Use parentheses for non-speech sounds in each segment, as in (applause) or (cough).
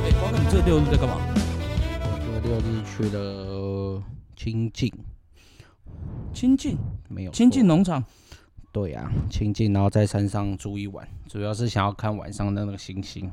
哎这六日在干嘛？我六日去了清境，亲近没有亲错近农场，对啊，清境，然后在山上住一晚，主要是想要看晚上的那个星星。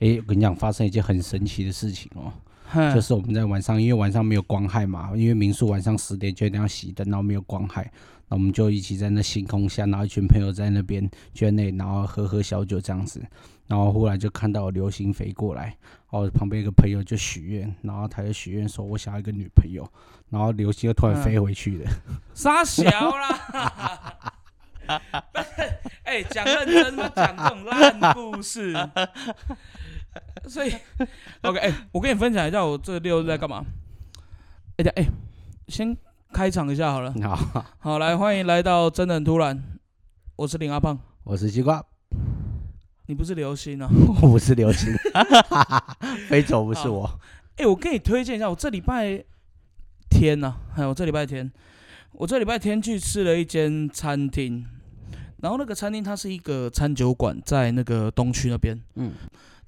诶、我跟你讲，发生一件很神奇的事情哦、哼就是我们在晚上，因为晚上没有光害嘛，因为民宿晚上十点就一定要熄灯，然后没有光害，那我们就一起在那星空下，然后一群朋友在那边就在那里，然后喝喝小酒这样子，然后忽然就看到有流星飞过来，然后我旁边一个朋友就许愿，然后他就许愿说我想要一个女朋友，然后流星又突然飞回去了，傻小 (laughs) 啦！哎、讲认真吗？讲这种烂故事，所以 OK，哎、我跟你分享一下我这六日在干嘛。哎、等哎、先开场一下好了。好，好，来欢迎来到真的很突然，我是林阿胖，我是西瓜，你不是流星啊？我不是流星， (laughs) 飞走不是我，哎、我给你推荐一下，我这礼拜天呐、还有我这礼拜天，我这礼拜天去吃了一间餐厅，然后那个餐厅它是一个餐酒馆，在那个东区那边，嗯，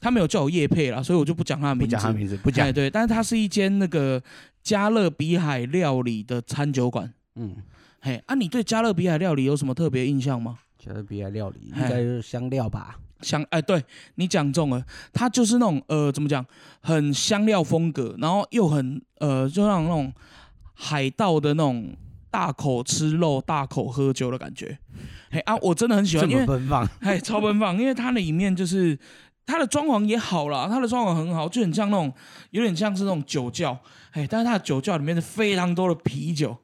他没有叫我叶配啦，所以我就不讲他的不名字，讲他名字，不不讲哎，，对，但是它是一间那个加勒比海料理的餐酒馆，嗯。嘿，啊，你对加勒比海料理有什么特别印象吗？加勒比海料理应嘿该就是香料吧？香哎，对你讲中了，它就是那种呃，怎么讲，很香料风格，然后又很呃，就像那种海盗的那种大口吃肉、大口喝酒的感觉。嘿啊，我真的很喜这欢，因么为奔放，哎超奔放，因为它里面就是它的装潢也好啦，它的装潢很好，就很像那种有点像是那种酒窖，哎，但是它的酒窖里面是非常多的啤酒。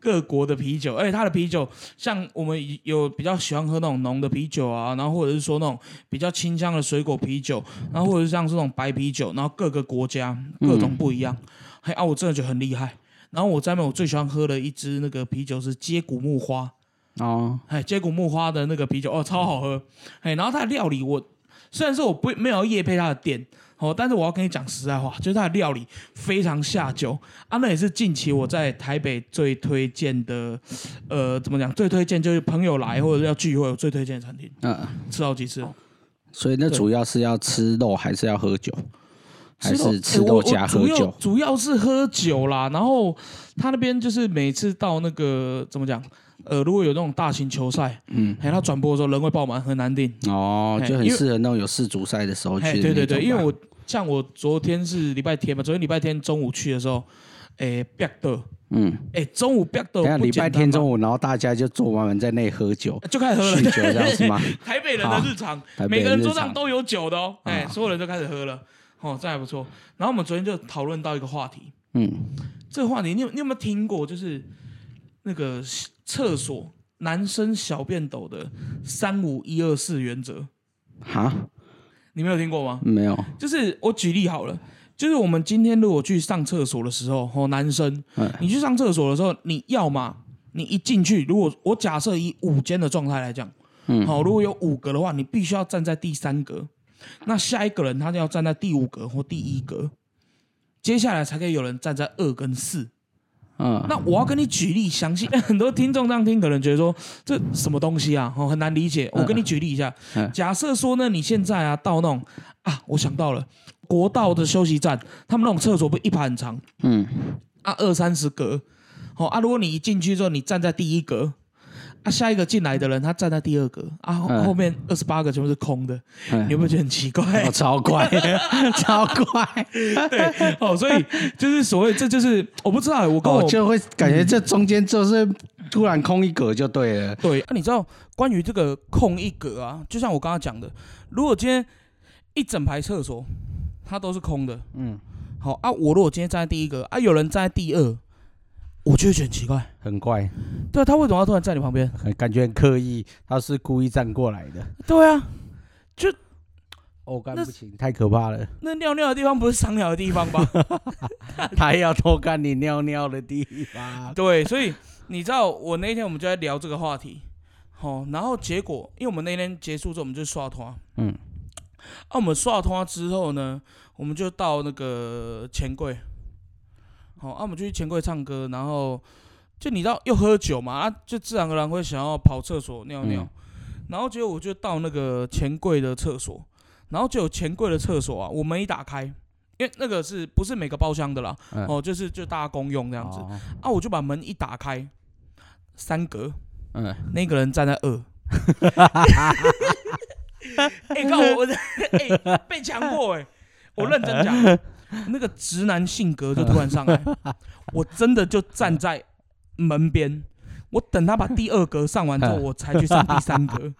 各国的啤酒，而且它的啤酒像我们有比较喜欢喝那种浓的啤酒啊，然后或者是说那种比较清香的水果啤酒，然后或者是像这种白啤酒，然后各个国家各种不一样。嘿啊，我真的觉得很厉害。然后我在那边我最喜欢喝的一支那个啤酒是接骨木花，哦，哎，接骨木花的那个啤酒哦，超好喝。哎，然后它的料理我虽然说我不没有夜配它的店哦，但是我要跟你讲实在话，就是它的料理非常下酒啊，那也是近期我在台北最推荐的，呃，怎么讲？最推荐就是朋友来或者是要聚会，我最推荐的餐厅，嗯，吃好几次了。所以那对主要是要吃肉还是要喝酒？还肉是吃欸我肉我加喝主要酒？主要是喝酒啦。然后他那边就是每次到那个怎么讲，呃，如果有那种大型球赛，嗯，还他转播的时候人会爆满，很难定。哦，嘿就很因为适合那种有世足赛的时候去哎，的对对那种对，因为吧我像我昨天是礼拜天嘛，昨天礼拜天中午去的时候，哎，逼的，嗯，哎，中午逼的，等一下礼拜天中午午，然后大家就坐满满在那喝酒就开始喝了，酗酒这样是吗？ (laughs) 台北人的日常台，北每人个人桌日上常都有酒的哦，哎，啊所有人都开始喝了，哦，这还不错。然后我们昨天就讨论到一个话题，嗯，这个话题，你有你有没有听过？就是那个厕所男生小便斗的三五一二四原则，哈，你没有听过吗？没有，就是我举例好了，就是我们今天如果去上厕所的时候，哦，男生嗯，你去上厕所的时候，你要嘛，你一进去，如果我假设以五间的状态来讲，嗯好，如果有五格的话，你必须要站在第三格，那下一个人他就要站在第五格或第一格，接下来才可以有人站在二跟四。嗯，那我要跟你举例详细， (laughs) 很多听众这样听可能觉得说这什么东西啊，哦很难理解。我跟你举例一下，嗯假设说呢，你现在啊到那种啊，我想到了国道的休息站，他们那种厕所不一排很长，嗯，啊二三十格，哦啊，如果你一进去之后你站在第一格。啊，下一个进来的人他站在第二格，啊后嗯后面二十八个全部是空的，嗯你有没有觉得很奇怪？ (laughs) 哦超快， (laughs) 超快，对， (laughs) 哦，所以就是所谓这就是我不知道，我跟我哦，就会感觉这中间就是突然空一格就对了，对，啊那、你知道关于这个空一格啊，就像我刚刚讲的，如果今天一整排厕所它都是空的，嗯，好啊，我如果今天站在第一个啊，有人站在第二，我就会觉得很奇怪，很怪，对啊，他为什么要突然站你旁边？很 (laughs) 感觉很刻意，他是故意站过来的。对啊，哦，干那不行，太可怕了！那尿尿的地方不是赏鸟的地方吧？ (laughs) 他要偷看你尿尿的地方。对，所以你知道我那天我们就在聊这个话题，好，然后结果因为我们那天结束之后我们就刷团，嗯，啊，我们刷通之后呢，我们就到那个钱柜，好、啊，我们就去钱柜唱歌，然后就你知道又喝酒嘛，啊，就自然而然会想要跑厕所尿嗯尿，然后结果我就到那个钱柜的厕所，然后就有钱柜的厕所啊，我门一打开，因为那个是不是每个包厢的啦？嗯哦，就是就大家公用这这样子、哦、啊，我就把门一打开，三格，嗯，那个人站在二。 (laughs) 哎、欸，看我， (laughs) 我哎、被强迫哎、我认真讲，那个直男性格就突然上来，我真的就站在门边，我等他把第二格上完之后，我才去上第三格。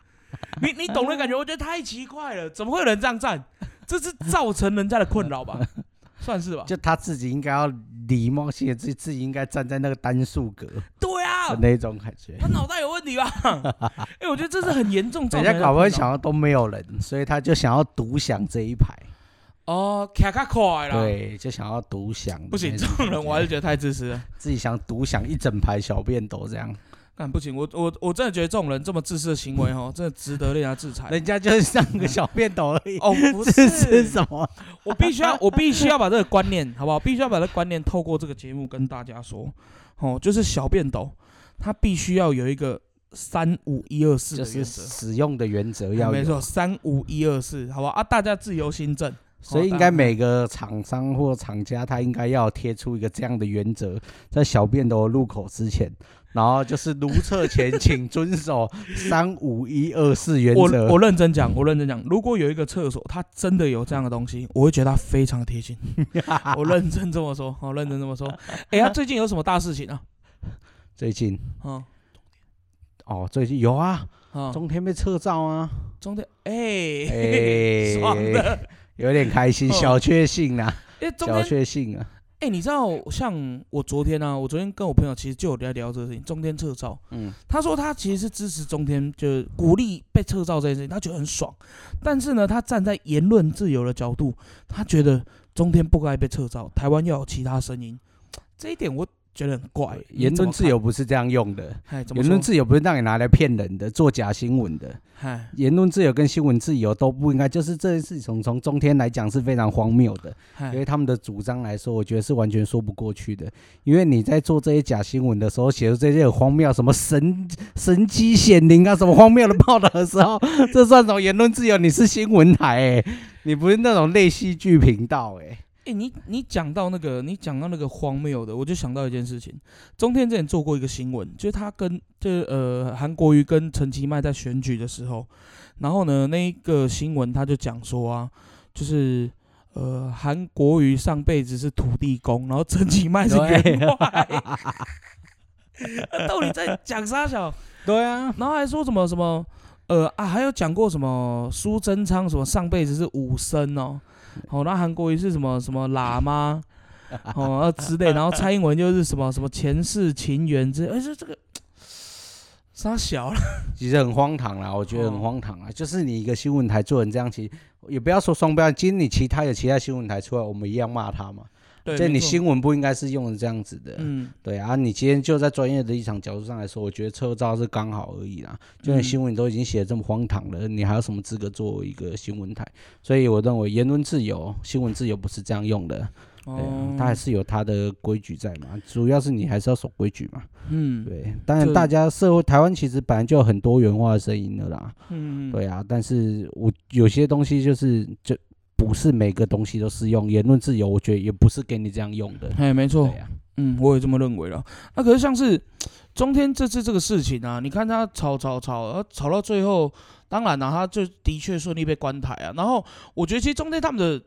你 (laughs) 你懂那感觉？我觉得太奇怪了，怎么会有人这样站？这是造成人家的困扰吧？算是吧。就他自己应该要礼貌性的自自己应该站在那个单数格的对啊，那种感觉。他脑袋有问题吧？ (laughs) 哎、我觉得这是很严重造成人家人家搞不好困扰想要都没有人，所以他就想要独享这一排，哦，卡卡快啦。对，啊就想要独享那种不行，感觉。这种人我还是觉得太自私了。自己想独享一整排小便斗 (laughs) 这样，干不行，我我我真的觉得这种人这么自私的行为哦，真的值得被人家制裁。人家就是上个小便斗而已。哦，不这哎 (laughs) 是是，什么？我必须要我必须要把这个观念，好不好？必须要把这个观念透过这个节目跟大家说，哦，就是小便斗，它必须要有一个三五一二四就的原是则。哎使用的原则要没有，错，三五一二四，好不好啊？大家自由新政，所以应该每个厂商或厂家，他应该要贴出一个这样的原则，在小便斗入口之前，然后就是如厕前请遵守三五一二四原我则。我认真讲，我认真讲，如果有一个厕所，它真的有这样的东西，我会觉得它非常贴心。啊我认真这么说，我哦认真这么说。哎、他最近有什么大事情啊？ (laughs) 最近嗯哦，最近有啊，嗯，中天被撤照 (laughs) 啊，中天哎，哎 (laughs) 爽的。有点开心，哦小确幸啊，哎、中小天确幸啊，哎、你知道，像我昨天啊，我昨天跟我朋友其实就有在聊这个事情，中天撤照。嗯，他说他其实是支持中天，就是鼓励被撤照这件事情，他觉得很爽。但是呢，他站在言论自由的角度，他觉得中天不该被撤照，台湾要有其他声音，这一点我觉得很怪。言你怎论么自由不是这样用的。看，哎，怎么言论说？自由不是让你拿来骗人的、做假新闻的。哎，言论自由跟新闻自由都不应该，就是这件事情从从中天来讲是非常荒谬的，因哎，为他们的主张来说，我觉得是完全说不过去的。因为你在做这些假新闻的时候，写出这些很荒谬什么神神机显灵啊，什么荒谬的报道的时候， (laughs) 这算什么言论自由？你是新闻台、欸，你不是那种类戏剧频道、欸，哎，你你讲到那个，你讲到那个荒谬的，我就想到一件事情。中天之前做过一个新闻，就是他跟就是呃韩国瑜跟陈其迈在选举的时候，然后呢那一个新闻他就讲说啊，就是呃韩国瑜上辈子是土地公，然后陈其迈是员外， (laughs) 到底在讲啥小？对啊，然后还说什么什么，呃啊，还有讲过什么苏贞昌什么上辈子是武僧哦，嗯哦，那韩国瑜是什么什么喇 (laughs) 嘛，哦、啊之类，然后蔡英文就是什么什么前世情缘之类，而、且这个傻小了， (laughs) 其实很荒唐啦，我觉得很荒唐啊！就是你一个新闻台做成这样，其实也不要说双标，今天你其他有其他新闻台出来，我们一样骂他嘛。对，就没你错，新闻不应该是用成这样子的，嗯，对啊。你今天就在专业的立场角度上来说，我觉得撤照是刚好而已啦。就你嗯新闻都已经写得这么荒唐了，你还有什么资格做一个新闻台？所以我认为言论自由、新闻自由不是这样用的，对啊哦，，它还是有它的规矩在嘛。主要是你还是要守规矩嘛。嗯，对，当然这大家社会台湾其实本来就有很多元化的声音的啦。嗯，对啊，但是我有些东西就是就不是每个东西都适用，言论自由我觉得也不是给你这样用的。哎，没错对，啊，嗯，我也这么认为了。那、可是像是中天这次这个事情啊，你看他吵吵吵，然后吵到最后，当然啦、他就的确顺利被关台啊。然后我觉得其实中天他们的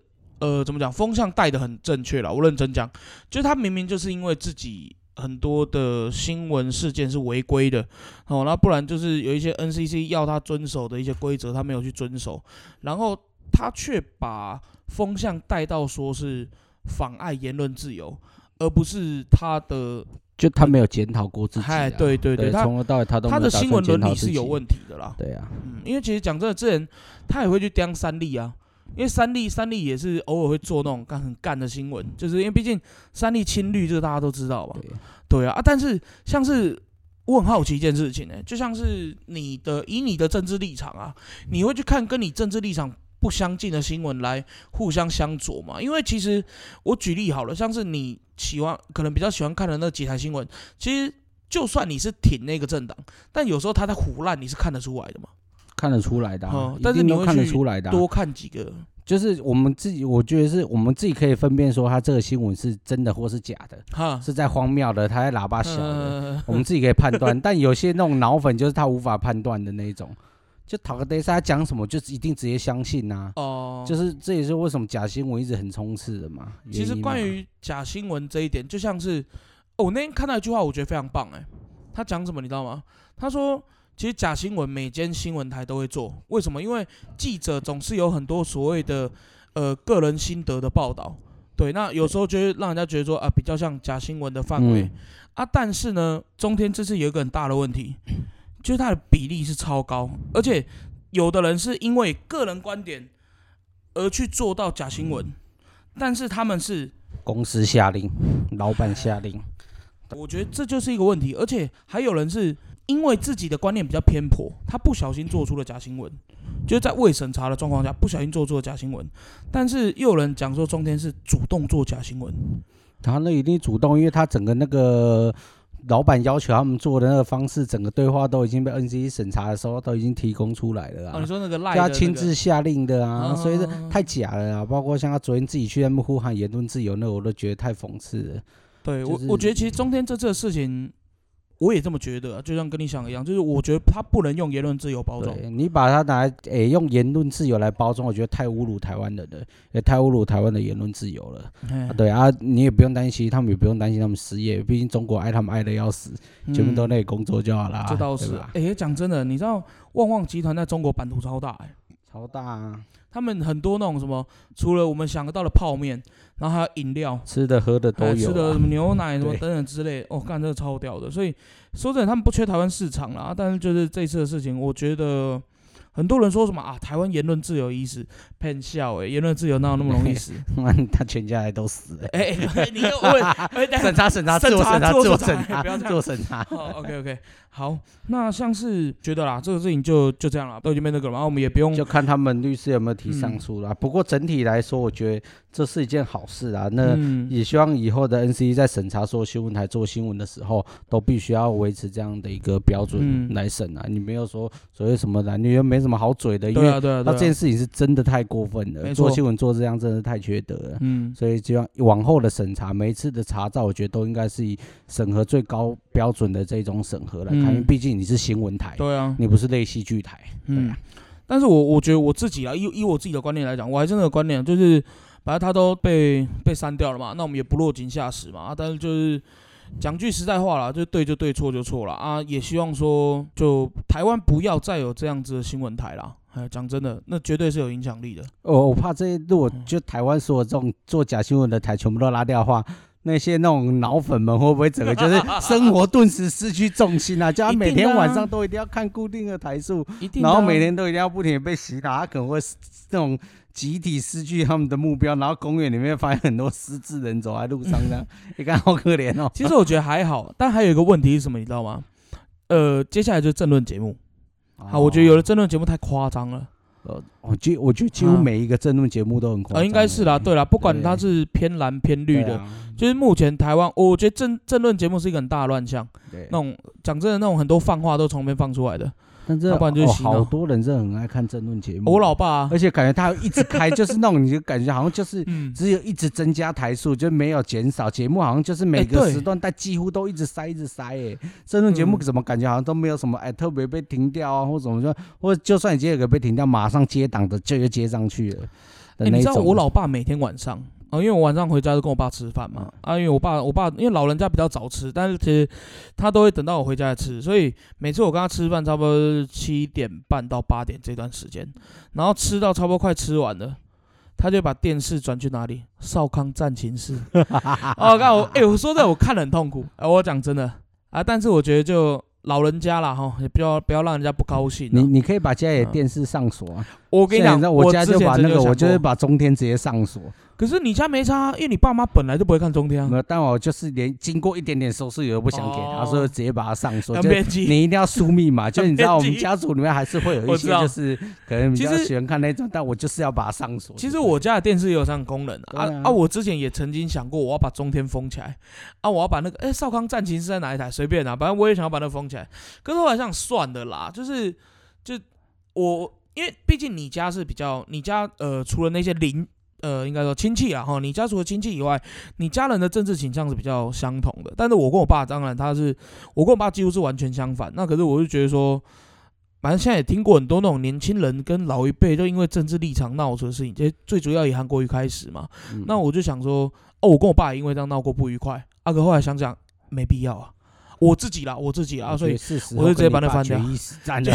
呃怎么讲风向带的很正确了，我认真讲，就是他明明就是因为自己。很多的新闻事件是违规的，哦，那不然就是有一些 NCC 要他遵守的一些规则，他没有去遵守，然后他却把风向带到说是妨碍言论自由，而不是他的就他没有检讨过自己、啊。哎对对对对，他从头到尾他都没他有的打新算闻伦检讨理自是有己问题的啦。对啊，嗯，因为其实讲真的，之前他也会去盯三立啊，因为三立三立也是偶尔会做那种干很干的新闻，就是因为毕竟三立亲绿这个大家都知道吧？对，对啊啊，但是像是。我很好奇一件事情呢、欸就像是你的以你的政治立场啊，你嗯会去看跟你政治立场不相近的新闻来互相相左嘛？因为其实我举例好了，像是你喜欢可能比较喜欢看的那几台新闻，其实就算你是挺那个政党，但有时候他在胡乱，你是看得出来的嘛。看得出来的、啊嗯，一但是定你都会看得去出来的啊、多看几个，就是我们自己，我觉得是我们自己可以分辨说他这个新闻是真的或是假的，哈，是在荒谬的，他在喇叭小的，呃我们自己可以判断。但有些那种脑粉就是他无法判断的那一种，就讨个 d 他讲什么就一定直接相信呐、 (laughs) 哦，就是这也是为什么假新闻一直很充斥的嘛。其实原因嘛关于假新闻这一点，就像是、哦我那天看到一句话，我觉得非常棒哎、他讲什么你知道吗？他说，其实假新闻每间新闻台都会做，为什么？因为记者总是有很多所谓的呃个人心得的报道，对，那有时候就会让人家觉得说啊、比较像假新闻的范围、嗯啊。但是呢，中天这次有一个很大的问题，就是它的比例是超高，而且有的人是因为个人观点而去做到假新闻。但是他们是公司下令，老板下令，我觉得这就是一个问题，而且还有人是因为自己的观念比较偏颇，他不小心做出了假新闻，就是在未审查的状况下不小心做出了假新闻。但是又有人讲说中天是主动做假新闻，他那一定主动，因为他整个那个老板要求他们做的那个方式，整个对话都已经被 NCC 审查的时候都已经提供出来了哦，你啊。说那个赖就的、那他个亲自下令的啊，所以这哦太假了啊！包括像他昨天自己去那边呼喊言论自由，那我都觉得太讽刺了。对就我，是我觉得其实中天这次的事情，我也这么觉得啊，就像跟你想的一样，就是我觉得他不能用言论自由包装。对你把它拿来诶、用言论自由来包装，我觉得太侮辱台湾人了，也太侮辱台湾的言论自由了。哎啊对啊，你也不用担心，他们也不用担心他们失业，毕竟中国爱他们爱的要死，全部都嗯那里工作就好啦。这倒对是吧，哎、讲真的，你知道旺旺集团在中国版图超大、哎。超大啊，他们很多那种什么，除了我们想得到的泡面，然后还有饮料，吃的喝的都还有有、哎吃啊。的什么牛奶什么对等等之类，哦，干这个超屌的。所以说真的，他们不缺台湾市场啦，但是就是这一次的事情，我觉得很多人说什么啊，台湾言论自由已死，骗笑诶、言论自由哪有那么容易 (laughs) 死？ (laughs) 妈，他全家人都死了。哎、哎你 (laughs) 又问，哎、等一下审查审查，审自我查审查，自我自我审查审查不要这，样自我审查。 (laughs) 哦，OK OK，好，那像是觉得啦，这个事情就就这样了，都已经被那个了嘛，然后我们也不用就看他们律师有没有提上嗯诉啦。不过整体来说，我觉得这是一件好事啊。那、嗯也希望以后的 NC 在审查说新闻台做新闻的时候，都必须要维持这样的一个标准嗯来审啊。你没有说所谓什么男女又没什么好嘴的，因对为啊对啊那对这件啊，事情是真的太过分了。没做错新闻做这样真的太缺德了。嗯所以，希望往后的审查，每一次的查照，我觉得都应该是以审核最高标准的这种审核来看，因为嗯毕竟你是新闻台，对啊，你不是类戏剧台。对嗯啊，但是我我觉得我自己啊，以以我自己的观念来讲，我还真的有观念，啊就是反正他都被被删掉了嘛，那我们也不落井下石嘛。啊、但是就是讲句实在话啦，就对就对，错就错了啊。也希望说，就台湾不要再有这样子的新闻台啦。哎，讲真的，那绝对是有影响力的。哦我我怕这些，如果就台湾所有这种做假新闻的台全部都拉掉的话，那些那种脑粉们会不会整个就是生活顿时失去重心啊？就他每一定的天啊晚上都一定要看固定的台数，一定的啊、然后每天都一定要不停地被洗脑，他可能会失那种集体失去他们的目标，然后公园里面发现很多失智人走在路上这样， (laughs) 你看好可怜哦。其实我觉得还好，但还有一个问题是什么，你知道吗？呃，接下来就是政论节目。好，啊我觉得有的政论节目太夸张了。哦，我觉我觉得几乎啊每一个政论节目都很夸张啊，欸，应该是啦，对啦，不管对它是偏蓝偏绿对的，啊，就是目前台湾，我觉得政政论节目是一个很大的乱象，对啊那。种讲真的，那种很多放话都从那边放出来的。但这要不然就是哦洗脑好多人真的很爱看政论节目。我老爸、啊，而且感觉他一 (laughs) 直开，就是那种你就感觉好像就是嗯，只有一直增加台数，就没有减少。节目好像就是每哎个对时段，但几乎都一直塞，一直塞。哎，这种节目嗯怎么感觉好像都没有什么哎特别被停掉啊，或怎么说，或者就算已经有个被停掉，马上接档的就又接上去了的哎那你一知道种。我老爸每天晚上啊、因为我晚上回家就跟我爸吃饭嗯嘛，啊，因为我爸我爸因为老人家比较早吃，但是其实他都会等到我回家来吃，所以每次我跟他吃饭差不多七点半到八点这段时间，然后吃到差不多快吃完了。他就把电视转去哪里？少康战情室。 (laughs) 哦，看我，哎、我说真的，我看得很痛苦。哎、我讲真的啊，但是我觉得就老人家啦，哈，也不要不要让人家不高兴啊、你你可以把家里的嗯电视上锁啊！我我跟你讲，我家之就前把真那的有个，想我就过是把中天直接上锁。可是你家没差，啊因为你爸妈本来就不会看中天没啊，有，但我就是连经过一点点手势，也不想给他，哦所以我直接把它上锁。很就偏激你一定要输 (laughs) 密码，就你知道我很偏们激家族里面还是会有一我些知道就是可能比较其实喜欢看那种，但我就是要把它上锁。其实我家的电视也有这样的功能啊对啊啊啊！我之前也曾经想过，我要把中天封起来啊，我要把那个哎、少康战情是在哪一台？随便啊，反正我也想要把那个封起来。可是后来想算的啦，就是就我因为毕竟你家是比较，你家呃除了那些邻呃应该说亲戚啊哈，你家除了亲戚以外，你家人的政治倾向是比较相同的。但是我跟我爸当然他是，我跟我爸几乎是完全相反。那可是我就觉得说，反正现在也听过很多那种年轻人跟老一辈就因为政治立场闹出的事情，这最主要以韩国瑜开始嘛。嗯那我就想说，哦，我跟我爸也因为这样闹过不愉快。阿、啊、可后来想想，没必要啊，我自己啦，我自己啦，啊、所以是时我就直接把那翻掉意识战了。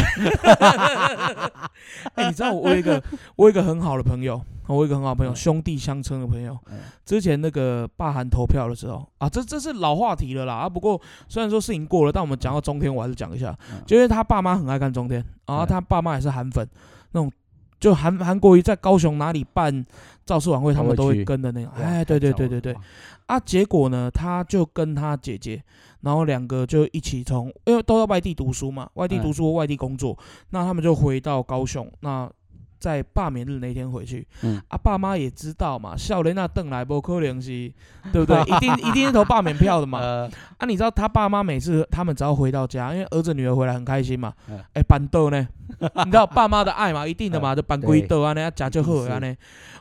哎、你知道我有一个我有一个很好的朋友，我有一个很好的朋友，嗯兄弟相称的朋友嗯。之前那个罢韩投票的时候啊，这这是老话题了啦啊。不过虽然说事情过了，但我们讲到中天，我还是讲一下，嗯就因为他爸妈很爱看中天，然后嗯他爸妈也是韩粉，那种就韩韩国瑜在高雄哪里办造势晚会，他们都都会会去跟的那种。 (laughs) 哎，对对对对对，啊，结果呢，他就跟他姐姐，然后两个就一起从，因为都要外地读书嘛，外地读书、外地工作，那他们就回到高雄，那在罢免日那天回去，嗯啊，爸妈也知道嘛，笑雷那邓来不可能是，对不对？一定一定是投罢免票的嘛。呃，啊，你知道他爸妈每次他们只要回到家，因为儿子女儿回来很开心嘛嗯，哎、板豆 (laughs) 呢，你知道爸妈的爱嘛，一定的嘛，就板龟豆啊，那家就好啊一定呢。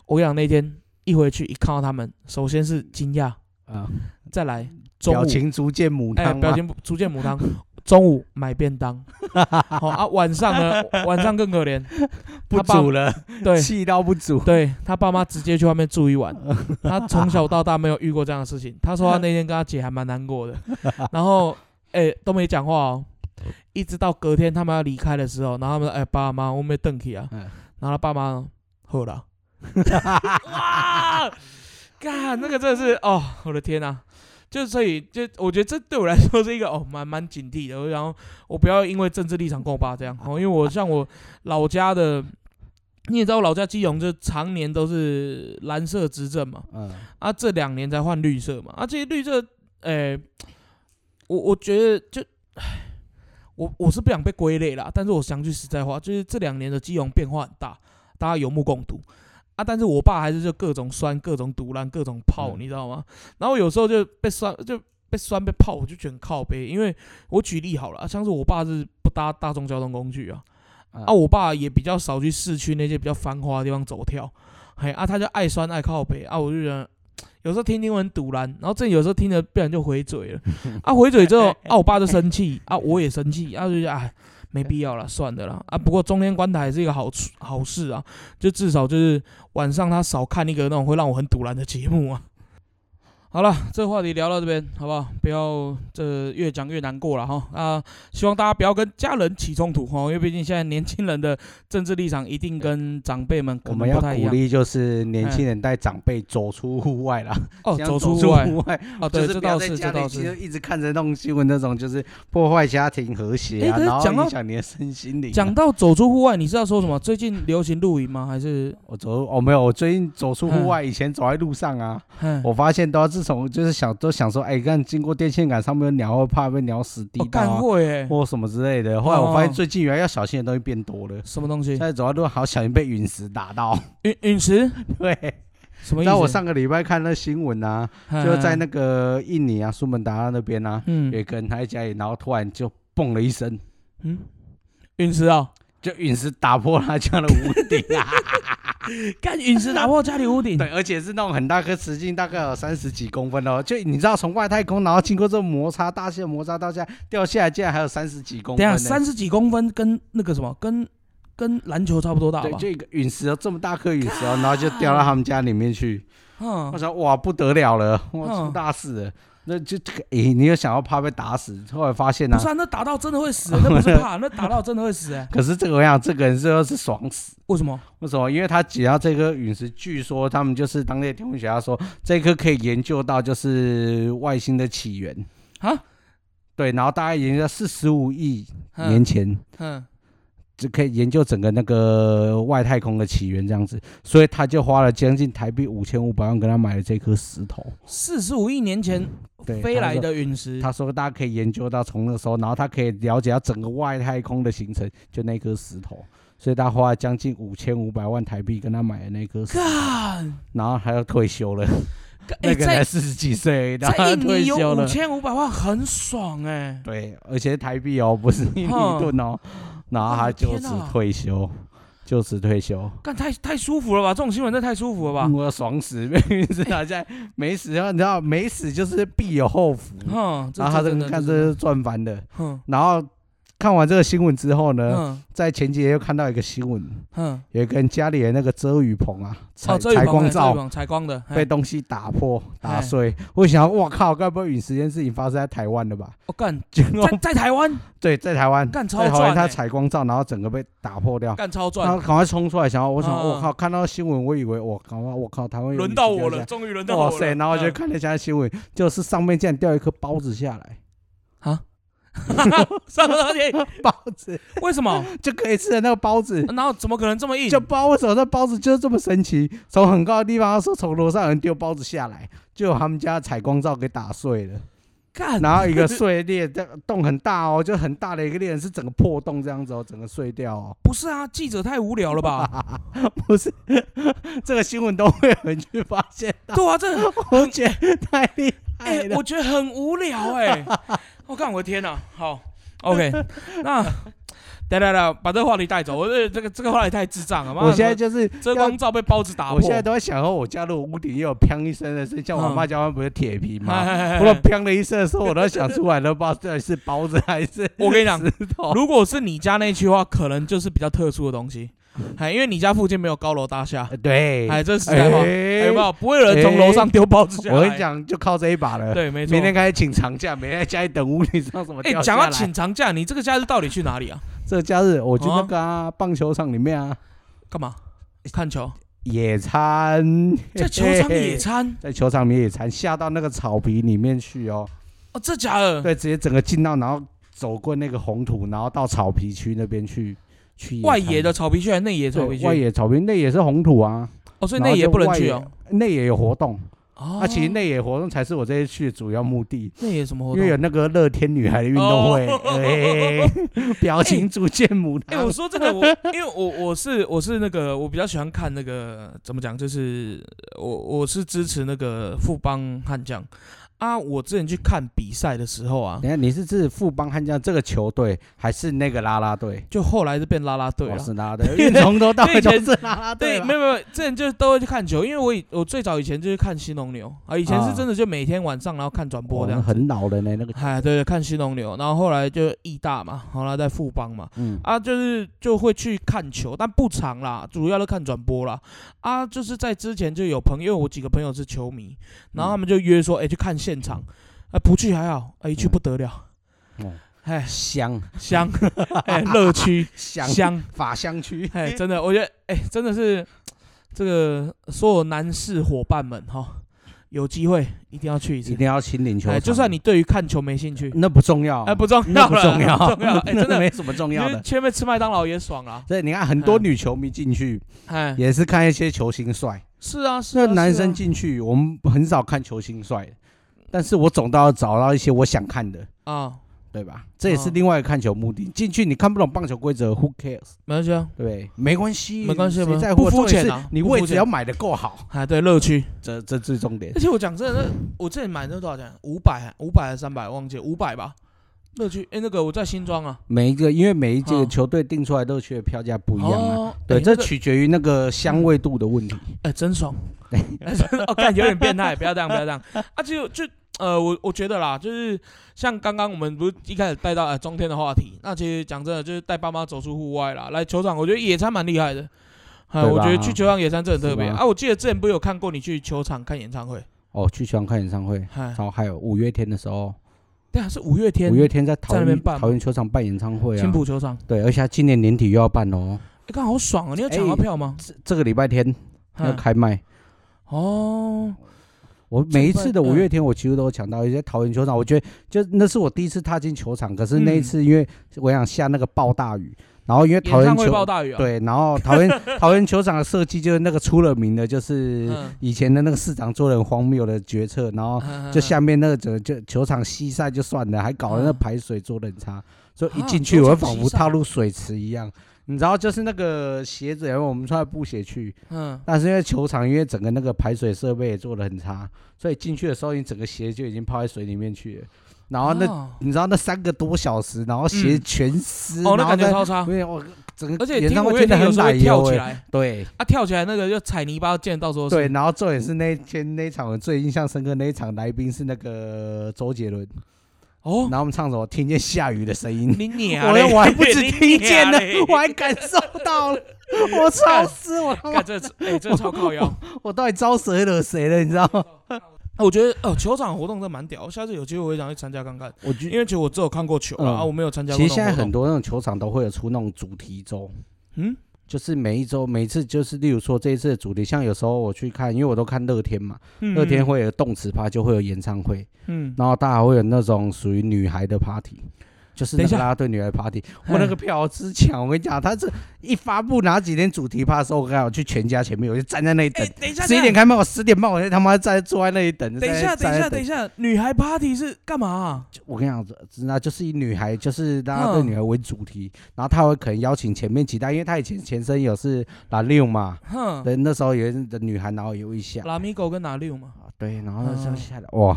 我跟你讲那天一回去一看到他们，首先是惊讶，啊，再来中表午情逐渐母哎、汤啊表嘛，情不逐渐母汤，中午买便 (laughs) 当，好、啊，晚上呢，晚上更可怜，不他爸煮了，对。气到不煮。对他爸妈直接去外面住一晚，他从小到大没有遇过这样的事情。他说他那天跟他姐还蛮难过的，然后哎、都没讲话哦，一直到隔天他们要离开的时候，然后他们说哎、爸妈我没邓去啊，嗯然后他爸妈后了，哇，干那个真的是哦，我的天啊！就所以就我觉得这对我来说是一个哦蛮蛮警惕的，然后我不要因为政治立场跟我爸这样哦，因为我像我老家的，你也知道我老家基隆就常年都是蓝色执政嘛，嗯，啊这两年才换绿色嘛，啊这些绿色，诶、我我觉得就，唉我我是不想被归类啦，但是我想句实在话，就是这两年的基隆变化很大，大家有目共睹。啊！但是我爸还是就各种酸、各种毒烂、各种泡，嗯你知道吗？然后有时候就被酸，就被酸被泡，我就觉得很靠背。因为我举例好了，啊像是我爸是不搭大众交通工具啊，啊啊，我爸也比较少去市区那些比较繁华的地方走跳，嘿啊，他就爱酸爱靠北啊，我就觉得有时候听听闻堵然，然后这有时候听着不然就回嘴了，啊，回嘴之后啊，我爸就生气啊，我也生气啊，就觉得哎，没必要了，算了啦啊。不过中间观台也是一个好处好事啊，就至少就是晚上他少看一个那种会让我很堵然的节目啊。好了，这个话题聊到这边，好不好？不要这越讲越难过了哈啊。希望大家不要跟家人起冲突哈，因为毕竟现在年轻人的政治立场一定跟长辈们我可能们要不太一鼓样励就是年轻人带长辈走出户外啦，哦，这样走出户户外外哦，就对，是这不要倒在是家这里倒其实是。一直看着那种新闻，那种就是破坏家庭和谐啊，哎诶可是然后讲到影响你的身心灵啊。讲到走出户外，你是要说什么？最近流行露营吗？还是我走，哦我、没有，我最近走出户外，以前走在路上啊，嗯，我发现都要自从就是想都想说，哎、看经过电线杆上面有鸟，会怕被鸟死地我到、哦干啊会哎，或什么之类的。后来我发现哦最近原来要小心的东西变多了，什么东西现？在走在路上好小心被陨石打到。 (laughs) 陨陨石？对，什么意思？然后我上个礼拜看那新闻啊，嗯就在那个印尼啊苏门答腊那边啊，有嗯一个人他在家里，然后突然就嘣了一声，嗯陨石 (laughs) 啊，就陨石打破他家的屋顶啊。干陨石打破家里屋顶，对，而且是那种很大颗，直径大概有三十几公分哦。就你知道，从外太空，然后经过这种摩擦，大气的摩擦到下掉下来，竟然还有三十几公等一分欸下呢。三十几公分跟那个什么跟跟篮球差不多大对，吧就？一个陨石哦，这么大颗陨石哦，然后就掉到他们家里面去。我嗯，想，哇，不得了了，哇，嗯出大事了。那就这个，诶，你有想要怕被打死？后来发现呢、不是啊，啊，那打到真的会死，那不是 (laughs) 怕，那打到真的会死哎，可是这个我想，这个人最后是爽死。为什么？为什么？因为他只要这颗陨石，据说他们就是当地的天文学家说，这颗可以研究到就是外星的起源。啊？对，然后大概研究四十五亿年嗯前，嗯，就可以研究整个那个外太空的起源这样子，所以他就花了将近台币五千五百万跟他买了这颗石头。四十五亿年前对飞来的陨石，他说大家可以研究到从那时候，然后他可以了解到整个外太空的形成，就那颗石头。所以他花了将近五千五百万台币跟他买的那颗石，干，然后他要退休了，哎，那个才在四十几岁而已， (laughs) 然后在他印退尼有休五了。千五百万，很爽哎，对，而且台币哦，不是印尼哼盾哦，然后我他的就天此啊退休，就此退休。干太太舒服了吧？这种新闻真的太舒服了吧？我爽死，明明是他在没死，然后你知道没死就是必有后福，哼，这嗯然后他这这真个的看这真的是赚翻的。哼然后看完这个新闻之后呢，哼在前几天又看到一个新闻，哼，有一个人家里的那个遮雨棚啊，采哦，这一采旁光哎这一罩旁采光的，被嘿东西打破打哎碎，我想我靠，该不会陨石这件事情发生在台湾的吧？哦干结果 (laughs) 在在台湾对，在台湾，干超在台湾赚他欸，采光罩，然后整个被打破掉。干超然后赚，赶快冲出来，想要我想，嗯我靠！看到新闻，我以为我靠，我靠，台湾有轮到陨石我掉了，下终于轮来，到我嗯哇了。塞！然后我就嗯看了一下新闻，就是上面竟然掉一颗包子下来，嗯 (laughs) 上个东西，包子为什 (laughs) 么？就可以吃的那个包子，然后怎么可能这么硬？就不知道为什么那包子就是这么神奇，从很高的地方，他说从楼上有人丢包子下来，就有他们家的采光罩给打碎了，干，然后一个碎裂，这个洞很大哦，就很大的一个裂，是整个破洞这样子哦，整个碎掉哦。不是啊，记者太无聊了 (laughs) 吧？不是，这个新闻都会有人去发 (laughs) 现到，对啊，这我觉得太厉哎、害了。我觉得很无聊哎、 (laughs) 我看我的天呐、啊 (laughs) 好，OK，那来来来，把这个话题带走。我呃这这个这个话题太智障了。妈的我现在就是遮光罩被包子打破，我现在都在想说，我家如果屋顶也有砰一声的声，像我嗯妈家不是铁皮 (laughs) 吗？哎我都砰的一声的时候，我都想出来了，不知道到底是包子还 (laughs) 是我跟你讲，石头。如果是你家那区的话，可能就是比较特殊的东 (laughs) 西，哎，因为你家附近没有高楼大厦，对，哎，这是实在话，哎有没哎有？不会有人从楼上丢包子下来。我跟你，讲，就靠这一把了。对，没错明。天开始请长假，每天在家里等屋顶上什么哎掉，讲下到来。请长假，你这个假日到底去哪里啊？这个假日我去那啊个啊棒球场里面啊干嘛？看球，野餐，在哎球场嘿嘿野餐？在球场里面野餐，下到那个草皮里面去哦。哦，这假的？对，直接整个进到，然后走过那个红土，然后到草皮区那边去去外餐野的草皮区还是内野草对皮区？外野草皮，内野是红土啊，哦，所以然内后野就不能外去野哦。，内野有活动，哦，啊，其实内野活动才是我这次去的主要目的。内野什么活因为有动？那个乐天女孩的运动会， (laughs) 哦哎，表情逐渐母哎、汤我，说这个 (laughs) 我，因为我我是我是那个我比较喜欢看那个怎么讲，就是我我是支持那个富邦悍将啊。我之前去看比赛的时候啊等，一下你是指富邦悍将这个球队，还是那个啦啦队？就后来就变啦啦队哦了。是啦啦队，因为你从头到尾啊因为以都前是啦啦对，队啊啦。没有没有，之前就都会去看球，因为我以我最早以前就是看新农牛啊，以前是啊真的就每天晚上然后看转播我这样们子。很老的呢，那个，哎，对对，看新农牛，然后后来就义大嘛，后来在富邦嘛，嗯，啊，就是就会去看球，但不常啦，主要都看转播啦。啊，就是在之前就有朋友，因为我几个朋友是球迷，然嗯后他们就约说，哎、去看现场。啊，不去还好，啊，一去不得了，嗯哦哎，香香， (laughs) 哎，乐趣香香，法香区，哎，真的，我觉得，哎，真的是这个所有男士伙伴们哈，有机会一定要去一 (laughs) 一次。定要亲临球哎，场。嗯就算你对于看球没兴趣，那不重要，哎，不重那要不了，重要， (laughs) 不重要，哎，真那的，没什么重你要就是的。前面吃麦当劳也爽啦，所以你看，很多嗯女球迷进去哎，也是看一些球星帅，是啊，是那啊男是啊生进去我们很少看球星帅的，但是我总都要找到一些我想看的，啊，对吧？这也是嗯另外一个看球目的。进去你看不懂棒球规则，Who cares？没关系啊，对不对，没关系，没关系谁没在不乎？肤重点浅是啊你不位肤置浅要买的够好，哎，对，乐趣。这这最重点 (laughs) 而。且我讲真的，那我之前买那多少钱？五百，五百还是三百？忘记五百吧。乐趣，哎，那个我在新庄啊，每一个因为每一届嗯球队定出来乐趣的票价不不一样啊。哦对，这取决于那个香味度的问题。哎，真爽。 (laughs) 哎真的哦，感觉有点变态，不要这样，不要这样。啊，就就呃，我我觉得啦，就是像刚刚我们不是一开始带到呃中天的话题，那其实讲真的，就是带爸妈走出户外啦，来球场，我觉得野餐蛮厉害的。哎，对我觉得吧去球场野餐真的很特别是吧啊！我记得之前不是有看过你去球场看演唱会？哦，去香港看演唱会，哎然，后还有五月天的时候，对啊，是五月天五月天在桃在那边园办吗桃园球场办演唱会青啊，浦球场。对，而且他今年年底又要办哦，哎，刚好爽啊！你有抢到哎票吗？这这个礼拜天要嗯开卖。哦，我每一这次的个五月天，我几乎都有抢到，一些桃园球场，我觉得就那是我第一次踏进球场，可是那一嗯次因为我想下那个暴大雨，然后因为桃演园唱会球爆大雨啊！，对，然后桃 (laughs) 园桃园球场的设计就是那个出了名的，就是嗯以前的那个市长做了很荒谬的决策，然后就下面那个整个就球场西晒就算了，还搞了那嗯排水做的很差，所以一啊进去球我场仿西佛晒踏入水池一样。你知道，就是那个鞋子，因为我们穿布鞋去，嗯，但是因为球场因为整个那个排水设备也做的很差，所以进去的时候你整个鞋就已经泡在水里面去了。然后那、哦你知道那三个多小时，然后鞋嗯哦全湿，哦，那然后感觉在超差，没有我整个而且演听唱五会月觉得天有很时候奶会跳油起欸。来，对啊，跳起来那个就踩泥巴，溅到处都对，是。然后重点是嗯那一天那一场我最印象深刻那一场来宾是那个周杰伦，哦然，后我们唱什么听见下雨的声音，你娘我嘞 (laughs) 我还不止你听见娘呢嘞， (laughs) 我还感受到了，我超湿，我他妈干这哎，这超靠腰。 (laughs) 我到底招谁惹谁了，你知道吗？啊我觉得哦，球场活动真的蛮屌，下次有机会我也想去参加看看，我觉因为其实我只有看过球嗯啊，啊我没有参加过其那实种活动。现在很多那种球场都会有出那种主题周，嗯，就是每一周每一次就是例如说这一次的主题，像有时候我去看，因为我都看乐天嘛，嗯乐天，会有动词趴，就会有演唱会，嗯，然后大家会有那种属于女孩的 party。就是那等一个下啦啦队女孩 party，嗯我那个票之强，我跟你讲，他这一发布哪几天主题趴的时候，我刚好去全家前面，我就站在那里等哎，，等一下，十一点开麦，我十点半我就他妈在坐在那里等。等一下，等一下，等一下，下，女孩 party 是干嘛啊？我跟你讲，那就是以女孩，就是大家对嗯女孩为主题，然后他会可能邀请前面几代，因为他以前前身有是拉六嘛，哼，对，那时候有一的女孩，然后有一下，拉米狗跟哪六嘛？啊对，然后那时候嗯下来，哇，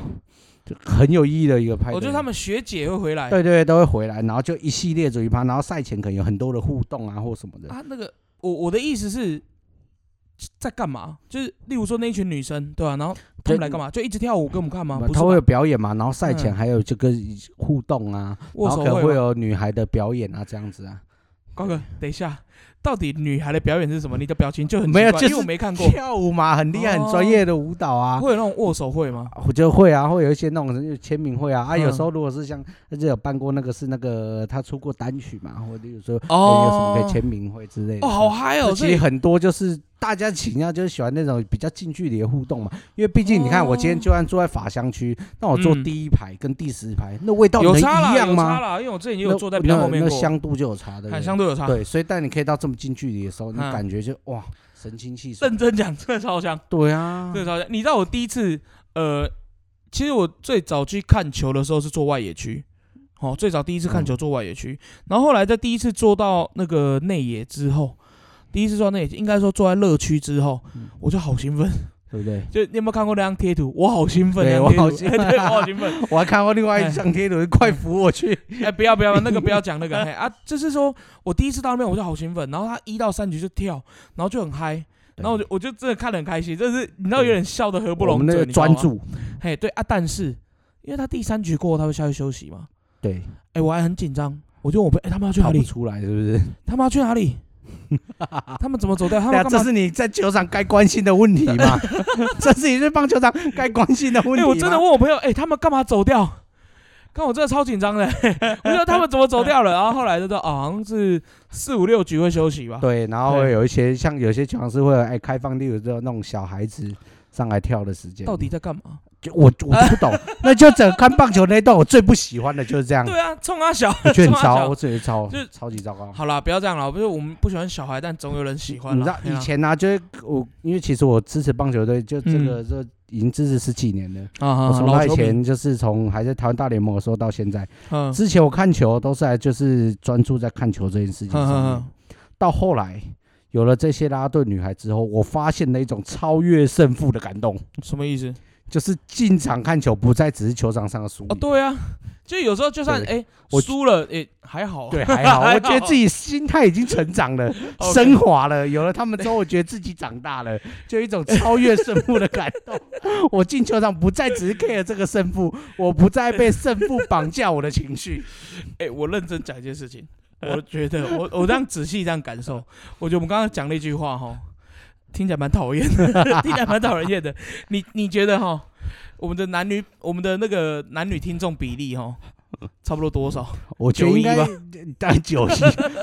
就很有意义的一个派对。我觉得他们学姐会回来。对对都会回来，然后就一系列主题趴，然后赛前可能有很多的互动啊或什么的。啊，那个我我的意思是在干嘛？就是例如说那一群女生，对吧、啊然后他们来干嘛？就一直跳舞给我们看吗？不是他吧，会有表演嘛，然后赛前嗯还有这个互动啊，然握后手可能吗会有女孩的表演啊这样子啊。高哥，等一下，到底女孩的表演是什么？你的表情就很奇没有怪就是因为我没看过，跳舞嘛，很厉害，很专业的舞蹈啊。会有那种握手会吗？我觉得会啊，会有一些那种签名会啊啊，嗯有时候如果是像他就有办过那个是那个他出过单曲嘛，或者有时候哎有什么哦可以签名会之类的。哦，好嗨哦！这其这实很多就是大家倾向就是喜欢那种比较近距离的互动嘛，因为毕竟你看哦我今天就算坐在法香区，那我坐嗯第一排跟第十排，那味道有能差啦，一样有差吗？啦，因为我之前也那有坐在比较那后面那过，香度就有差的哎，相对有差。对，所以但你可以到这么近距离的时候，你嗯感觉就哇神清气爽。认真讲，真的超香，对啊，真的超香。你知道我第一次，呃，其实我最早去看球的时候是坐外野区，哦，最早第一次嗯看球坐外野区，然后后来在第一次坐到那个内野之后，第一次坐到内野，应该说坐在乐区之后，嗯我就好兴奋。对 (laughs) 不对？就你有没有看过那张贴图？我好兴奋，对那张贴图我好兴奋 (laughs) 对我好兴奋。我还看过另外嗯一张贴图，快扶我 (laughs) 去！哎、不要不要，那个不要讲那个，嘿啊，就是说我第一次到那边我就好兴奋，然后他一到三局就跳，然后就很嗨，然后我就我就真的看得很开心，就是你知道有点笑的合不我拢们嘴，那个你知道吗专，注，嘿，对啊，但是因为他第三局过后他会下去休息嘛，对，哎、我还很紧张，我就问我朋友，哎、他们要去哪跑不里？出来是啊不 (laughs) 是？他们要去哪里？他们怎么走掉？他对们啊，干这嘛？是你在球场该关心的问题嘛？ (laughs) 这是你在棒球场该关心的问 (laughs) 哎、题吗。我真的问我朋友，哎、他们干嘛走掉？看我真的超紧张的， (laughs) 我觉得他们怎么走掉了？然后后来就说，啊，好像是四五六局会休息吧。对，然后对会有一些像有些球场是会有哎开放，例如说那种小孩子上来跳的时间。到底在干嘛？就我我就 (laughs) 不懂，那就整个看棒球那一段我最不喜欢的就是这样，对啊，冲阿小，我觉冲得很阿糟，小我。觉得超就是超级糟糕。好哦啦，不要这样啦，不是我们不喜欢小孩，但总有人喜欢你啦。知道嘿以啦前呢、啊，就是我因为其实我支持棒球队，就这个这已经支持十几年了。嗯啊啊，我从老他以球迷，前就是从还在台湾大联盟的时候到现在，嗯之前我看球都是还就是专注在看球这件事情嗯上嗯面。到后来有了这些啦啦队女孩之后，我发现了一种超越胜负的感动，嗯，什么意思？就是进场看球不再只是球场上的输赢哦，。对啊，就有时候就算哎我输了，哎还好，对，还 (laughs) 好，我觉得自己心态已经成长了， OK 升华了。有了他们之后，我觉得自己长 (laughs) 大了，就有一种超越胜负的感动。我进球场不再只是 care 这个胜负，我不再被胜负绑架我的 (laughs) 情绪。哎，我认真讲一件事情， (laughs) 我觉得我我这样仔细这样感受，我觉得我们刚刚讲那句话哈，听起来蛮讨厌的， (laughs) 听起来蛮讨人厌的。你你觉得哈，我们的男女我们的那个男女听众比例哈，差不多多少？我觉得应该91吧 (laughs) 大概 (laughs) 九一，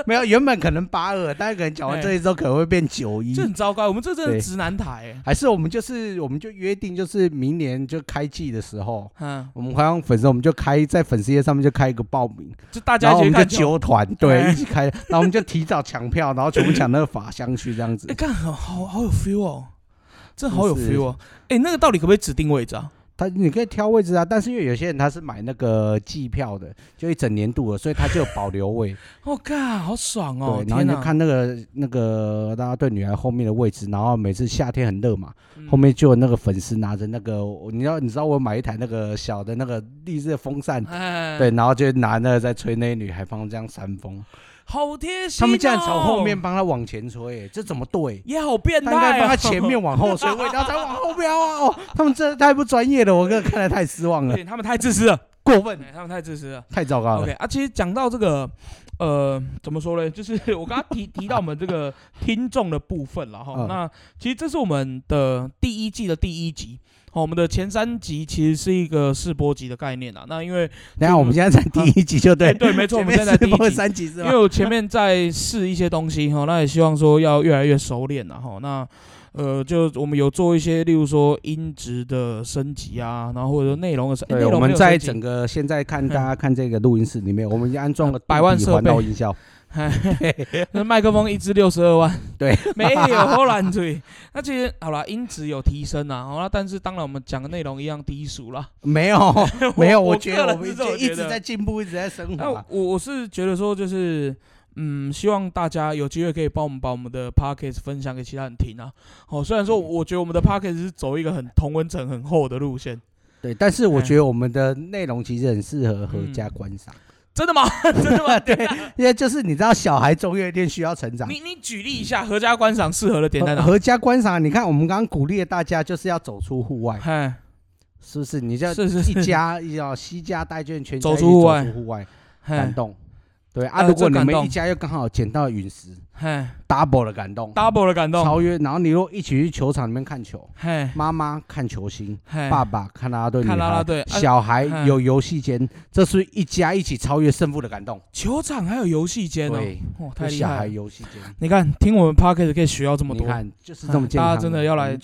没有原本可能八二，但是可能讲完哎这一周可能会变九一这。很糟糕，我们这真的对直男台、欸。还是我们就是我们就约定，就是明年就开季的时候，嗯，我们好像粉丝我们就开在粉丝页上面就开一个报名，就大家然后一我起看们就球，揪团，对，哎一起开，然后我们就提早抢票，然后全部抢那个法香区这 (laughs) 样子哎、。看好好好有 feel 哦，真的是不好有是 feel 哦。哎、那个到底可不可以指定位置啊？他你可以挑位置啊，但是因为有些人他是买那个季票的，就一整年度的，所以他就有保留位。我靠，哦好爽 (laughs) 哦！对，然后天你哪就看那个那个大家对女孩后面的位置，然后每次夏天很热嘛，嗯后面就有那个粉丝拿着那个，你知道你知道我买一台那个小的那个立式风扇，哎，对，，然后就拿那个在吹那些女孩，帮她这样扇风，好贴心、哦。他们竟然从后面帮她往前吹，欸这怎么对？也好变他应该态、帮啊，她前面往后吹，我然后才往后飘啊！ (laughs) 哦，他们真的太不专业了，我这看来太失望了，对他们太自私了，哎过分，对他们太自私了。太糟糕了 OK。啊，其实讲到这个，呃，怎么说呢？就是 (laughs) 我刚刚提提到我们这个听众的部分了哈。嗯那其实这是我们的第一季的第一集。哦好，我们的前三集其实是一个试播集的概念啊。那因为等一下我们现在才第一集就哎 (laughs) (laughs) 对，对，没错，我们前面现在在是第一播集，三集是因吧为？我前面在试一些东西哈，那也希望说要越来越熟练了哈。那呃，就我们有做一些，例如说音质的升级啊，然后或者说内容的升，哎内对，容我没们有在升级整个现在看大家看这个录音室里面，我们已经安装了 (laughs) 百万杜比设环绕备 (laughs) 音效，那 (laughs) 麦克风一支六十二万，对， (laughs) 没有后烂嘴。那其实好啦，音质有提升啦，好啦，但是当然我们讲的内容一样低俗啦。没有没有，我我个觉得人我们是已这么经一觉直得哦在进步，一直在升那我华。我是觉得说，就是嗯，希望大家有机会可以帮我们把我们的 podcast 分享给其他人听啊。哦，虽然嗯说我觉得我们的 podcast 是走一个很同温层很厚的路线，对，但是我哎觉得我们的内容其实很适合合嗯家观赏，真的吗？ (laughs) 真的 (laughs) 吗？对，因为就是你知道，小孩总有一天需要成长。你你举例一下合家观赏适合的点在合哪？合家观赏，你看我们刚刚鼓励了大家就是要走出户外，嗨，是不是？你就是是是一家要西家带眷，全家走一起出户外走出户外，感嗨动。对啊，呃如果这你感们动一家又刚好捡到陨石嗨，double 的感动， ，double 的感动，超越。然后你如果一起去球场里面看球，嗨妈妈看球星，嗨，爸爸看啦啦队，看女啦啦孩队啊小孩嗯有游戏间，这是一家一起超越胜负的感动。球场还有游戏间哦，对，哦，太有厉小孩害了！游戏间，你看，听我们 p o c k e t 可以学到这么你多，看就是这哎么健大康。嗯家真的要来，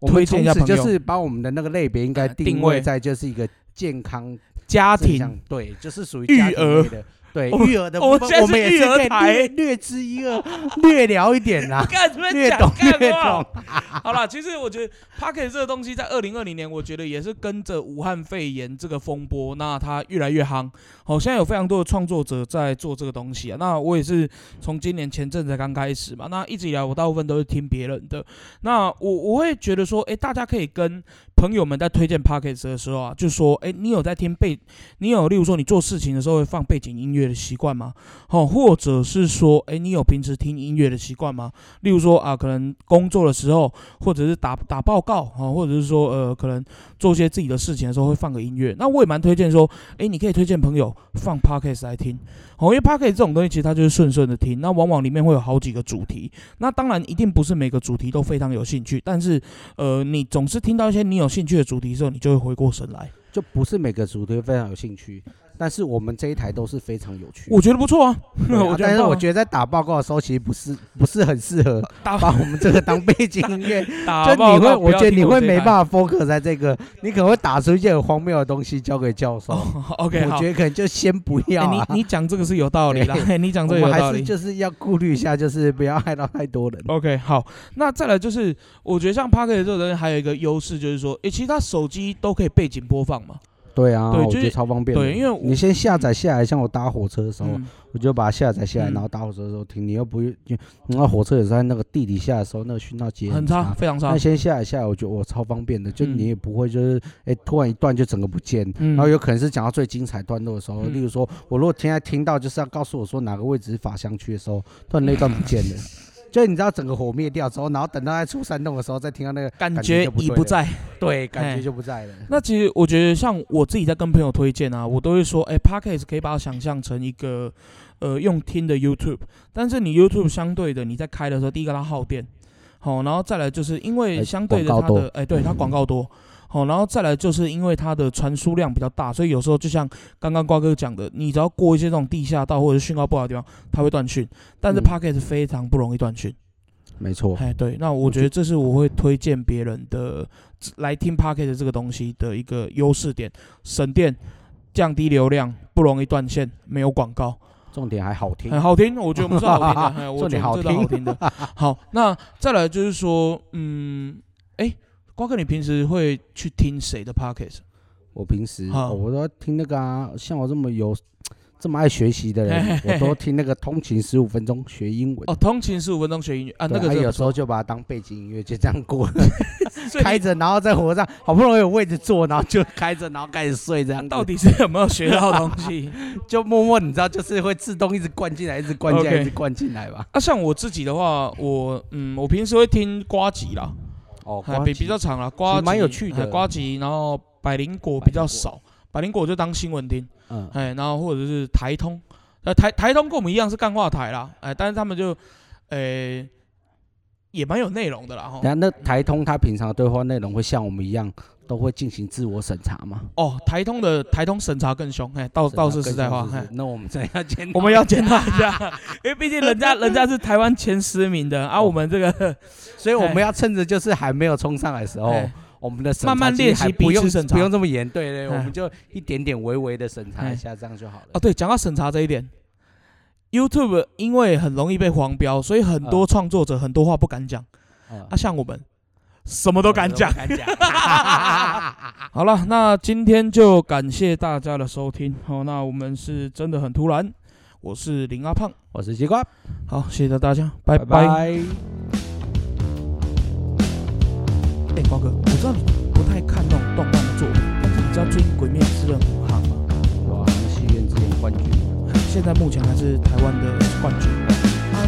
我们推荐从一下此朋友呃就是把我们的那个类别应该定定位位在就是一个健康家正庭向，对，就是属于育家庭儿类的。对我们育儿的我部们现在分，我们是也育是儿可以台，略略知一二， (laughs) 略聊一点啦 (laughs) (laughs) 干什么略讲懂干略话哦懂。好啦，其实我觉得 p o c k e t 这个东西在二零二零年，我觉得也是跟着武汉肺炎这个风波，那它越来越夯。好、现在有非常多的创作者在做这个东西啊。那我也是从今年前阵子才刚开始嘛，那一直以来我大部分都是听别人的。那我我会觉得说，诶，大家可以跟朋友们在推荐 p o c k e t 的时候啊，就说，诶，你有在听背，你有例如说你做事情的时候会放背景音乐的习惯吗？好、或者是说，诶，你有平时听音乐的习惯吗？例如说啊，可能工作的时候，或者是打打报告啊、哦或者是说呃，可能做一些自己的事情的时候会放个音乐。那我也蛮推荐说，诶，你可以推荐朋友放 podcast 来听，哦，因为 podcast 这种东西其实它就是顺顺的听，那往往里面会有好几个主题。那当然一定不是每个主题都非常有兴趣，但是呃，你总是听到一些你有兴趣的主题之后，你就会回过神来。就不是每个组队非常有兴趣，但是我们这一台都是非常有趣的。我觉得不错 (laughs) 啊，对啊我觉得很但是棒啊我觉得在打报告的时候，其实不是不是很适合打把我们这个当背景音乐， (laughs) 打就报你会，告不我要觉得听你会这一没台办法 focus 在这个，你可能会打出一些很荒谬的东西交给教授。哦 (laughs) OK，我好觉。得可能就先不要诶啊。你你讲这个是有道理 (laughs) 啦，对嘿你讲我这个们有道还理哦是。就是要顾虑一下，就是不要害到太多人。 OK，好，那再来就是，我觉得像 p a r k e t 这个东西还有一个优势，就是说，诶、其实它手机都可以背景播放嘛。对啊，对我就觉是得超方便的。对，因为我你先下载下来，像我搭火车的时候，嗯，我就把它下载下来，嗯然后搭火车的时候听。你又不用，就那火车也是在那个地底下的时候，那个讯号接很差，差。非常差那。先下载下来，我觉得我超方便的，就嗯你也不会就是哎突然一段就整个不见，嗯然后有可能是讲到最精彩段落的时候，嗯例如说我如果现在听到就是要告诉我说哪个位置是法香区的时候，突然那段不 (laughs) 见了，就你知道整个火灭掉之后，然后等到在出山洞的时候再听到那个感觉觉就不已对不了，在。对，感嘿觉就不在了。 (laughs) 那其实我觉得，像我自己在跟朋友推荐啊，我都会说，诶 p a r k e t 可以把它想象成一个，呃，用听的 YouTube，但是你嗯 YouTube 相对的，你在开的时候，第一个它耗电，好、然后再来就是因为哎相对的广它告多嗯的，哎、对，它广告多。好，然后再来就是因为它的传输量比较大，所以有时候就像刚刚瓜哥讲的，你只要过一些这种地下道或者讯号不好的地方，它会断讯。但是嗯 p a c k e t 非常不容易断讯。没错，哎，对，那我觉得这是我会推荐别人的来听 p o c k e t 这个东西的一个优势点，省电、降低流量、不容易断线、没有广告，重点还好听很。好听。我觉得我们是好听 (laughs) 的，哎，我说觉你得我们真好的好听的。好，那再来就是说，嗯，哎，瓜哥，你平时会去听谁的 podcast？我平时、好哦我都听那个啊，像我这么有这么爱学习的人，我都听那个通勤十五分钟学英文。哦，通勤十五分钟学英语啊，对那个啊真的有不时错候就把它当背景音乐就这样 (laughs) 过，所以开着，然后在火车上，好不容易有位置坐，然后就开着，然后开始睡，这样你 (laughs) 子到底是有没有学到东 (laughs) 西？就默默你知道，就是会自动一直灌进来，一直灌进来 OK 一直灌进来吧。啊，像我自己的话，我嗯，我平时会听瓜吉啦，哦还哎比比较长啦，瓜其吉实蛮有趣的哎瓜吉，然后百灵果比较少，百灵果就当新闻听，嗯，哎，然后或者是台通，呃，台台通跟我们一样是干话台啦，哎，但是他们就，呃，也蛮有内容的啦，哈等。下那台通他平常对话内容会像我们一样，都会进行自我审查吗？哦，台通的台通审查更凶，哎，倒倒是实在话，更像哎是，那我们真的要检讨我们要检讨一 (laughs) 下，因为毕竟人家人家是台湾前十名的，哦啊，我们这个所以我们要趁着就是还没有冲上来的时候，哎我们的审查慢慢其实练习还彼不用此审查不用这么严，对对，哎我们就一点点微微的审查哎一下，这样就好了哦，。对，讲到审查这一点，YouTube 因为很容易被黄标，所以很多创作者很多话不敢讲。嗯啊，像我们什么都敢讲我。都敢讲。 (laughs) 好 (laughs) 了，那今天就感谢大家的收听。好，那我们是真的很突然，我是林阿胖。我是西瓜，好，谢谢大家，拜拜拜。哎、拜。瓜哎哥，我知道你不太看那种动漫的作品，但是你知道最近《鬼灭之刃》很夯吗？哇，戏院之前冠军，现在目前还是台湾的冠军。啊，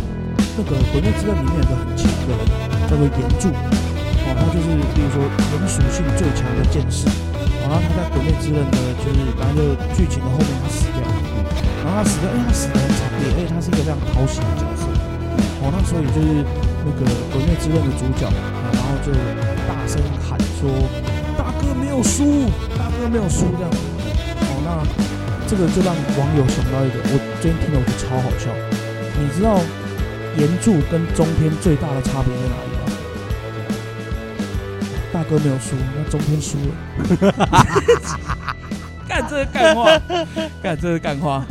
那个《鬼灭之刃》里面有个很强的人，叫做岩柱，哦，他就是比如说人属性最强的剑士，哦然后他在《鬼灭之刃》的就是反正就剧情的后面他死掉了，然后他死掉，因为他死的很惨烈，而且他是一个非常讨喜的角色，哦，那所以就是那个《鬼灭之刃》的主角，哦然后就大声喊说：“大哥没有输，大哥没有输。”这样子，哦，那。这个就让网友想到一个，我最近听了我觉得超好笑。你知道岩柱跟中篇最大的差别在哪里吗？大哥没有输，那中篇输了。干这是干话，干这是干话。